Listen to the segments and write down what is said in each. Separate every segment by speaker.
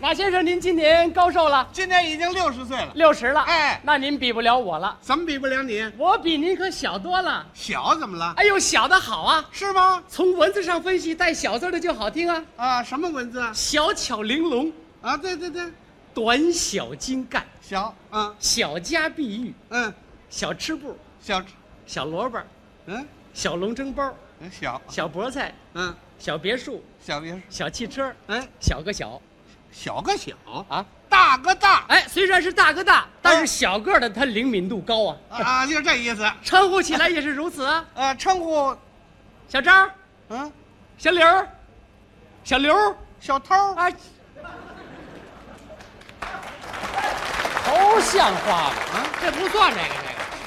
Speaker 1: 马先生，您今年高寿了？
Speaker 2: 今年已经六十岁了，
Speaker 1: 六十了。
Speaker 2: 哎
Speaker 1: 那您比不了我了，
Speaker 2: 怎么比不了你？
Speaker 1: 我比您可小多了。
Speaker 2: 小怎么了？
Speaker 1: 哎呦，小的好啊！
Speaker 2: 是吗？
Speaker 1: 从文字上分析，带“小”字的就好听啊。
Speaker 2: 啊，什么文字啊？
Speaker 1: 小巧玲珑，
Speaker 2: 啊，对对对，
Speaker 1: 短小精干，
Speaker 2: 小，啊，
Speaker 1: 小家碧玉，
Speaker 2: 嗯，
Speaker 1: 小吃部，
Speaker 2: 小，
Speaker 1: 小萝卜，
Speaker 2: 嗯，
Speaker 1: 小笼蒸包，
Speaker 2: 小，
Speaker 1: 小菠菜，
Speaker 2: 嗯，
Speaker 1: 小别墅，
Speaker 2: 小别墅，
Speaker 1: 小汽车，
Speaker 2: 哎，
Speaker 1: 小个小
Speaker 2: 小个小，
Speaker 1: 啊。
Speaker 2: 大个大，
Speaker 1: 哎，虽然是大哥大，但是
Speaker 2: 啊
Speaker 1: 小个儿的他灵敏度高啊，
Speaker 2: 啊，就是这意思。
Speaker 1: 称呼起来也是如此啊。
Speaker 2: 呃，称呼，
Speaker 1: 小张，
Speaker 2: 嗯，
Speaker 1: 小刘儿，小刘儿，
Speaker 2: 小偷，
Speaker 1: 啊，头像话吗？
Speaker 2: 啊，
Speaker 1: 这不算这个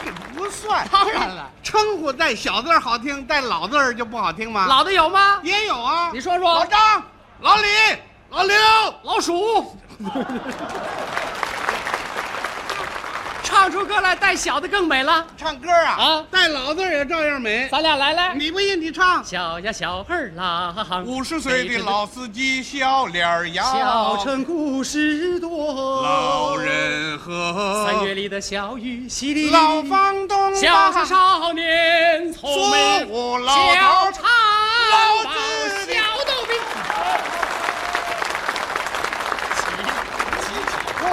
Speaker 1: 这个，
Speaker 2: 这不算。
Speaker 1: 当然了，
Speaker 2: 称呼带小字儿好听，带老字儿就不好听吗？
Speaker 1: 老的有吗？
Speaker 2: 也有啊。
Speaker 1: 你说
Speaker 2: 老
Speaker 1: 说，
Speaker 2: 张、老李、老刘，
Speaker 1: 老鼠， 唱出歌来带小的更美了。
Speaker 2: 唱歌啊，
Speaker 1: 啊
Speaker 2: 带老字儿也照样美。
Speaker 1: 咱俩来来，
Speaker 2: 你不信，你唱。
Speaker 1: 小呀小二郎，
Speaker 2: 五十岁的老司机笑脸儿
Speaker 1: 小
Speaker 2: 扬，
Speaker 1: 城故事多，
Speaker 2: 老人和
Speaker 1: 三月里的小雨淅沥沥，
Speaker 2: 老房东
Speaker 1: 小是
Speaker 2: 吧
Speaker 1: 少年聪
Speaker 2: 苏
Speaker 1: 明。
Speaker 2: 武老
Speaker 1: 小
Speaker 2: 头
Speaker 1: 长
Speaker 2: 儿
Speaker 1: 老
Speaker 2: 老子
Speaker 1: 小豆兵，急了，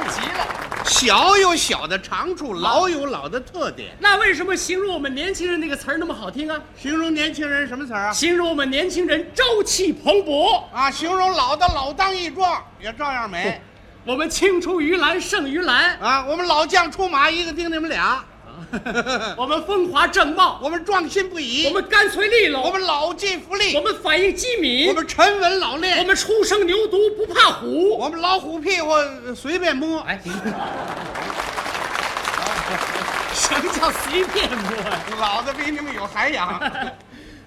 Speaker 1: 急了。
Speaker 2: 小有小的长处，老有老的特点。
Speaker 1: 那为什么形容我们年轻人那个词儿那么好听啊？
Speaker 2: 形容年轻人什么词儿啊？
Speaker 1: 形容我们年轻人朝气蓬勃，
Speaker 2: 啊，形容老的老当益壮也照样 美
Speaker 1: 我们青出于蓝胜于蓝，
Speaker 2: 啊。我们老将出马，一个顶你们俩。
Speaker 1: 我们风华正茂，
Speaker 2: 啊 我们壮心不
Speaker 1: 我
Speaker 2: 已，
Speaker 1: 们干脆利落，
Speaker 2: 我们老骥伏枥
Speaker 1: 我，们反应机敏
Speaker 2: 我，们沉稳老
Speaker 1: 我
Speaker 2: 练，
Speaker 1: 们初生牛犊不怕虎。
Speaker 2: 我们老虎屁股随便摸。
Speaker 1: 哎， 什么叫随便摸呀？
Speaker 2: 老子比你们有 涵养，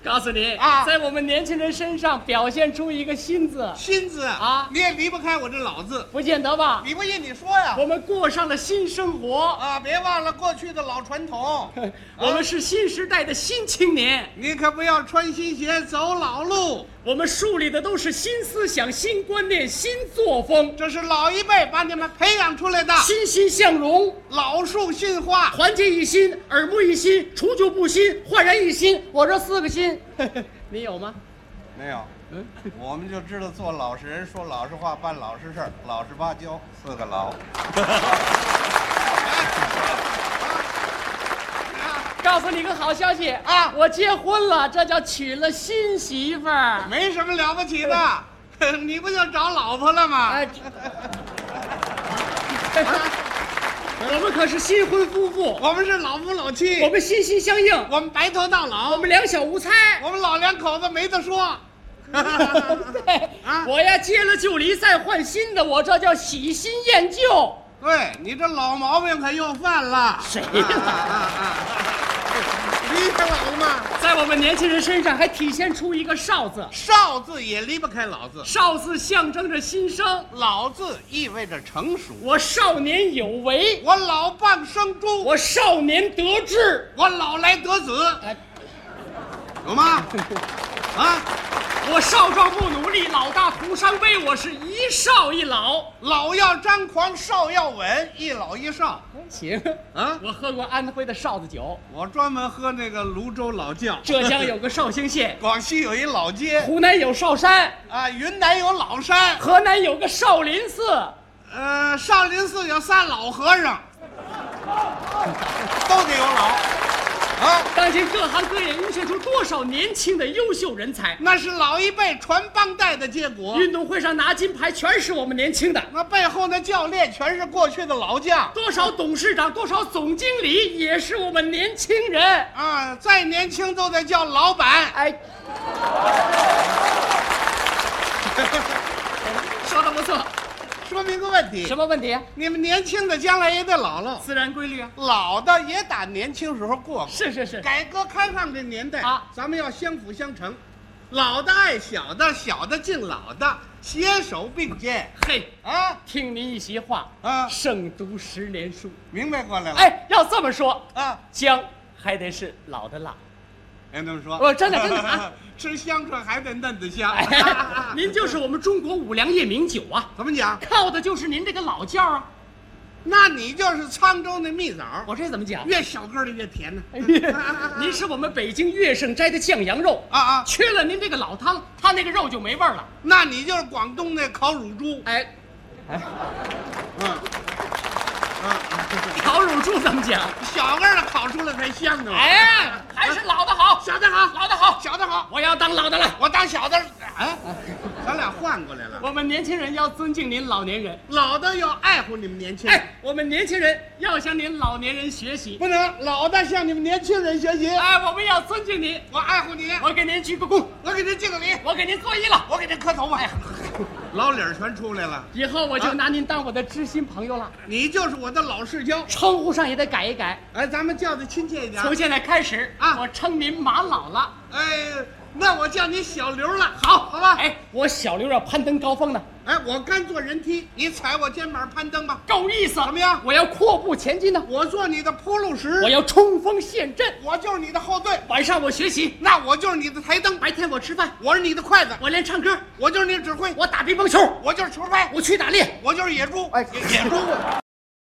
Speaker 1: 告诉你
Speaker 2: 啊
Speaker 1: 在我们年轻人身上表现出一个“新”字，
Speaker 2: 心字
Speaker 1: 啊
Speaker 2: 你也离不开我这老字。
Speaker 1: 不见得吧？
Speaker 2: 你不信你说呀？
Speaker 1: 我们过上了新生活，
Speaker 2: 啊，别忘了过去的老传统， 啊
Speaker 1: 我们是新时代的新青年，
Speaker 2: 你可不要穿新鞋走老路，
Speaker 1: 我们树立的都是新思想、新观念、新作风，
Speaker 2: 这是老一辈把你们培养出来的。
Speaker 1: 欣欣向荣，
Speaker 2: 老树训话，
Speaker 1: 团结一心，耳目一新，除旧布新，焕然一新。我这四个新， 你有吗？
Speaker 2: 没有，
Speaker 1: 嗯
Speaker 2: 我们就知道做老实人，说老实话，办老实事儿，老实巴交，四个老。
Speaker 1: 告诉你个好消息
Speaker 2: 啊
Speaker 1: 我结婚了，这叫娶了新媳妇儿。
Speaker 2: 没什么了不起 的，你不就找老婆了吗？
Speaker 1: 哎，哎 我们可是新婚夫妇，
Speaker 2: 我们是老夫老妻，
Speaker 1: 我们心心相印，
Speaker 2: 我们白头到老，
Speaker 1: 我们两小无猜。
Speaker 2: 我们老两口子没得说。
Speaker 1: 对
Speaker 2: 啊，
Speaker 1: 我呀接了旧离，再换新的，我这叫喜新厌旧。
Speaker 2: 对你这老毛病可又犯了。
Speaker 1: 谁
Speaker 2: 啊啊啊啊！离开老吗？
Speaker 1: 在我们年轻人身上还体现出一个少字，
Speaker 2: 少字也离不开老字，
Speaker 1: 少字象征着新生，
Speaker 2: 老字意味着成熟。
Speaker 1: 我少年有为，
Speaker 2: 我老蚌生珠，
Speaker 1: 我少年得志，
Speaker 2: 我老来得子，
Speaker 1: 哎，
Speaker 2: 有吗？啊，
Speaker 1: 我少壮不努力，老大徒伤悲，我是一少一老。
Speaker 2: 老要张狂，少要稳，一老一少
Speaker 1: 行，
Speaker 2: 啊。
Speaker 1: 我喝过安徽的哨子酒。
Speaker 2: 我专门喝那个泸州老窖，，
Speaker 1: 浙江有个绍兴县
Speaker 2: 广西有一老街
Speaker 1: 湖南有韶山，
Speaker 2: 啊，云南有老山，
Speaker 1: 河南有个少林寺，
Speaker 2: 呃，少林寺有仨老和尚，都得有老啊，
Speaker 1: 当今各行各业涌现出多少年轻的优秀人才！
Speaker 2: 那是老一辈传帮带的结果。
Speaker 1: 运动会上拿金牌全是我们年轻的，
Speaker 2: 那背后那教练全是过去的老将
Speaker 1: 多少董事长，多少总经理也是我们年轻人。
Speaker 2: 啊，再年轻都得叫老板。
Speaker 1: 哎， 说的不错，
Speaker 2: 说明个问题
Speaker 1: 什，么问题？
Speaker 2: 你们年轻的将来也得老了，
Speaker 1: 自然规律啊！
Speaker 2: 老的也打年轻时候过过。
Speaker 1: 是是是，
Speaker 2: 改革开放这年代
Speaker 1: 啊
Speaker 2: 咱们要相辅相成，老的爱小的，小的敬老的，携手并肩
Speaker 1: 嘿，
Speaker 2: 啊！
Speaker 1: 听您一席话
Speaker 2: 啊
Speaker 1: 胜读十年书。
Speaker 2: 明白过来了。
Speaker 1: 哎，要这么说，
Speaker 2: 啊，
Speaker 1: 姜还得是老的辣，
Speaker 2: 人这么说，
Speaker 1: 哦真的真的啊
Speaker 2: 吃香椿还得嫩子香。
Speaker 1: 哎 您就是我们中国五粮液名酒啊，
Speaker 2: 怎么讲？
Speaker 1: 靠的就是您这个老窖啊。
Speaker 2: 那你就是沧州那蜜枣，
Speaker 1: 我这怎么 讲？
Speaker 2: 越小个儿的越甜呢。
Speaker 1: 您是我们北京乐盛斋的酱羊肉，
Speaker 2: 啊啊，
Speaker 1: 缺了您这个老汤，它那个肉就没味儿了。
Speaker 2: 那你就是广东那烤乳猪。
Speaker 1: 哎，
Speaker 2: 嗯嗯，
Speaker 1: 烤乳猪怎么讲？
Speaker 2: 小个儿的烤出来才香呢。
Speaker 1: 哎，还是老的好，
Speaker 2: 小的好，
Speaker 1: 老的好，
Speaker 2: 小的好，
Speaker 1: 我要当老的了。
Speaker 2: 我当小的。哎，咱俩换过来了。
Speaker 1: 我们年轻人要尊敬您老年人，
Speaker 2: 老的要爱护你们年轻人，
Speaker 1: 哎，我们年轻人要向您老年人学习。
Speaker 2: 不能老的向你们年轻人学习。
Speaker 1: 哎，我们要尊敬您，
Speaker 2: 我爱护你，
Speaker 1: 我给您鞠个躬，
Speaker 2: 我给您敬个礼，
Speaker 1: 我给您作揖了，
Speaker 2: 我给您磕头吧。老脸儿全出来了，
Speaker 1: 哎以后我就拿您当我的知心朋友了，
Speaker 2: 你就是我的老世交。
Speaker 1: 称呼上也得改一改。
Speaker 2: 哎，咱们叫的亲切一点。
Speaker 1: 从现在开始
Speaker 2: 啊
Speaker 1: 我称您马老了。
Speaker 2: 哎，那我叫你小刘了，
Speaker 1: 好，
Speaker 2: 好吧？
Speaker 1: 哎，我小刘要攀登高峰呢，
Speaker 2: 哎，我甘做人梯，你踩我肩膀攀登吧。
Speaker 1: 够意思。
Speaker 2: 怎么样？
Speaker 1: 我要阔步前进呢，
Speaker 2: 我做你的铺路石，
Speaker 1: 我要冲锋陷阵。
Speaker 2: 我就是你的后盾，
Speaker 1: 晚上我学习，
Speaker 2: 那我就是你的台灯，
Speaker 1: 白天我吃饭，
Speaker 2: 我是你的筷子，
Speaker 1: 我练唱歌，
Speaker 2: 我就是你的指挥，
Speaker 1: 我打乒乓球，
Speaker 2: 我就是球拍，
Speaker 1: 我去打猎。
Speaker 2: 我就是野猪，
Speaker 1: 哎
Speaker 2: 野野猪。